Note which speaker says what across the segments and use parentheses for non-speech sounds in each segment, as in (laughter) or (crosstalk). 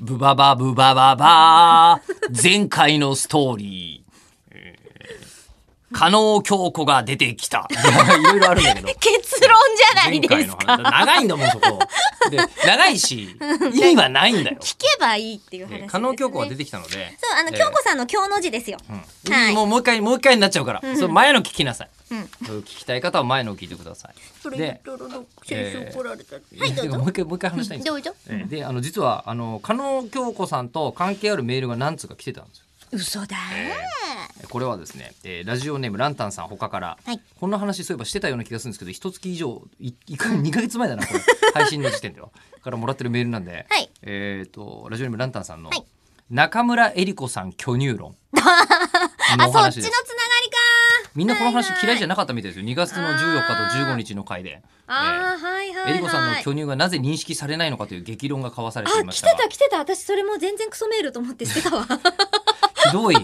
Speaker 1: ブババブバババー前回のストーリー。加納京子が出てきた。 (laughs) いろいろあるんだけど。
Speaker 2: 結論じゃないです
Speaker 1: 前
Speaker 2: か。
Speaker 1: 回の話長いんだもん、そこ。で、長いし、意味はないんだよ。
Speaker 2: 聞けばいいっていう話です、ね。
Speaker 1: 加納京子が出てきたので。
Speaker 2: そう、あの、
Speaker 1: えー
Speaker 2: 京子さんの京の字ですよ。はい。
Speaker 1: もうもう一回、もう一回になっちゃうから。その前の聞きなさい。
Speaker 2: ん
Speaker 1: そう聞きたい方は前のを聞いてくださ
Speaker 2: そ
Speaker 1: い。
Speaker 2: れ
Speaker 1: で、
Speaker 2: ろろ先週怒られた。はいい、
Speaker 1: や
Speaker 2: ど
Speaker 1: てか
Speaker 2: う
Speaker 1: (laughs)
Speaker 2: ぞ
Speaker 1: もう。一回、もう一回話したいんです
Speaker 2: ど
Speaker 1: よ
Speaker 2: うぞ。
Speaker 1: えーで、あの、実は、あの、加納京子さんと関係あるメールが何通か来てたんですよ。
Speaker 2: 嘘だ。
Speaker 1: これはですね、えーラジオネームランタンさん他から、
Speaker 2: はい
Speaker 1: こんな話そういえばしてたような気がするんですけど一月以上いいか2か月前だ
Speaker 2: (laughs)
Speaker 1: なこれ配信の時点ではからもらってるメールなんで、
Speaker 2: はい
Speaker 1: えっ、とラジオネームランタンさんの、
Speaker 2: はい
Speaker 1: 中村えり子さん巨乳論の
Speaker 2: (laughs) あ、
Speaker 1: お話
Speaker 2: そっちのつ
Speaker 1: で
Speaker 2: ながり
Speaker 1: す
Speaker 2: か。
Speaker 1: みんなこの話嫌いじゃなかったみたいですよ2月の14日と15日の回で、
Speaker 2: あー、はいはい
Speaker 1: え
Speaker 2: は
Speaker 1: ー
Speaker 2: い。
Speaker 1: えり子さんの巨乳がなぜ認識されないのかという激論が交わされてい
Speaker 2: あ、
Speaker 1: まし
Speaker 2: 来
Speaker 1: た
Speaker 2: て
Speaker 1: が
Speaker 2: た来てた。私それもう全然クソメールと思って捨てたわ。いや、
Speaker 1: ひどい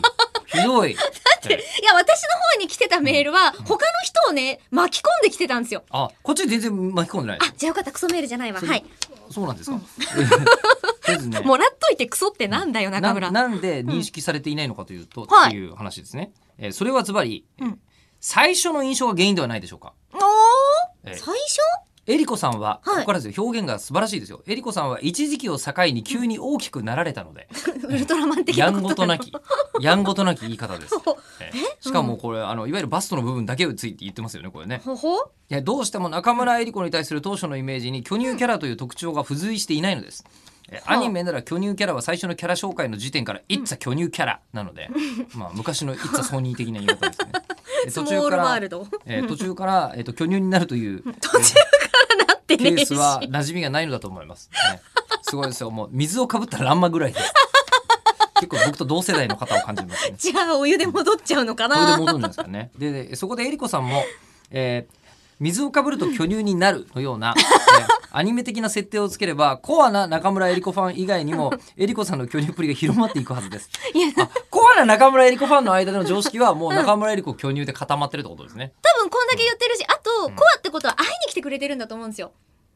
Speaker 1: ひど
Speaker 2: (laughs)
Speaker 1: いだって
Speaker 2: 私の方に来てたメールは、他の人をね、巻き込んできてたんですよ。
Speaker 1: あこっち全然巻き込んでないです
Speaker 2: あ、じゃあよかった。クソメールじゃないわ。
Speaker 1: それ
Speaker 2: はい。
Speaker 1: そうなんですか。
Speaker 2: (laughs)
Speaker 1: とりあえずね
Speaker 2: もらっといてクソってなんだよ、中村。
Speaker 1: ななんで認識されていないのかというと、
Speaker 2: はい
Speaker 1: っていう話ですね。えーそれはズバリ、
Speaker 2: うん
Speaker 1: 最初の印象が原因ではないでしょうか。
Speaker 2: おー
Speaker 1: え
Speaker 2: 最初
Speaker 1: ーえりこさんは、
Speaker 2: はい
Speaker 1: ここからですよ表現が素晴らしいですよ。えりこさんは一時期を境に急に大きくなられたので、
Speaker 2: ウルトラマン的
Speaker 1: や
Speaker 2: なんこ
Speaker 1: ご
Speaker 2: と
Speaker 1: と
Speaker 2: な
Speaker 1: な
Speaker 2: の
Speaker 1: き、やんごとなき言い方
Speaker 2: (laughs)
Speaker 1: です。
Speaker 2: ほほ
Speaker 1: えーしかもこれ、あのいわゆるバストの部分だけをついて言ってますよねこれね
Speaker 2: ほほ
Speaker 1: いやどうしても中村江里子に対する当初のイメージに巨乳キャラという特徴が付随していないのです。えアニメなら巨乳キャラは最初のキャラ紹介の時点から「いっつぁ巨乳キャラ」な
Speaker 2: (laughs)
Speaker 1: ので、まあ、昔の「いっつぁソニー」的な言い方ですね。え
Speaker 2: ス
Speaker 1: 途
Speaker 2: モ
Speaker 1: 中
Speaker 2: ー
Speaker 1: か
Speaker 2: ルワー
Speaker 1: ら
Speaker 2: ルド。
Speaker 1: え途中から、えっと巨乳になると
Speaker 2: (laughs)
Speaker 1: いう
Speaker 2: 途中からなって
Speaker 1: ケ
Speaker 2: ねえ
Speaker 1: ー
Speaker 2: し
Speaker 1: ス。は馴染みがないのだと思います。ねすごいですよもう水をかぶったランマぐらいです。結構僕と同世代の方を感じますね。
Speaker 2: じゃあお湯で戻っちゃうのか
Speaker 1: それで
Speaker 2: な。
Speaker 1: 戻るんですか
Speaker 2: (laughs)
Speaker 1: ね。ででそこでえりこさんも、えー水をかぶると巨乳になるのような、えーアニメ的な設定をつければコアな中村えり子ファン以外にもえりこさんの巨乳っぷりが広まっていくはずです。
Speaker 2: いや多分
Speaker 1: あコアな中村えり子ファンの間での常識はもう中村えり子巨乳で固まってるってことですね。
Speaker 2: こんだけ言ってるし、あと、コアってことは会いに来てくれてるんだと思うんですよ。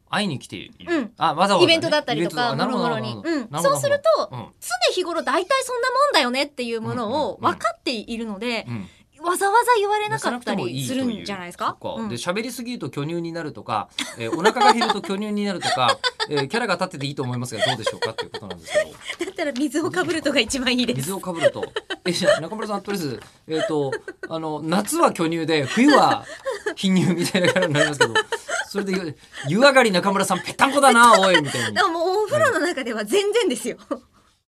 Speaker 1: 会いに来ている。
Speaker 2: うん
Speaker 1: あわざわざね、
Speaker 2: イベントだったりとか、
Speaker 1: イベ
Speaker 2: も
Speaker 1: ン
Speaker 2: ろ
Speaker 1: ト
Speaker 2: も
Speaker 1: だ
Speaker 2: ろ
Speaker 1: あ
Speaker 2: に。
Speaker 1: なる
Speaker 2: う
Speaker 1: ほ
Speaker 2: ん。
Speaker 1: ど
Speaker 2: そうすると、
Speaker 1: なほど
Speaker 2: 常日頃大体そんなもんだよねっていうものを
Speaker 1: うんうんうん
Speaker 2: 分かっているので
Speaker 1: う、んうん
Speaker 2: わざわざ言われなかったりするんじゃないですか。
Speaker 1: そっ
Speaker 2: うん
Speaker 1: で喋りすぎると巨乳になるとか、えーお腹が減ると巨乳になるとか、えーキャラが立ってていいと思いますがどうでしょうかっていうことなんですけど
Speaker 2: だったら水をかぶるとが一番いいです
Speaker 1: 水。をかぶるとえじゃあ中村さんとりあえず、えー、とあの夏は巨乳で冬は貧乳みたいなキャラになりますけどそれで言う「湯上がり中村さんぺったんこだなおい」みたい
Speaker 2: だ
Speaker 1: な
Speaker 2: からもうお風呂の中では全然ですよ。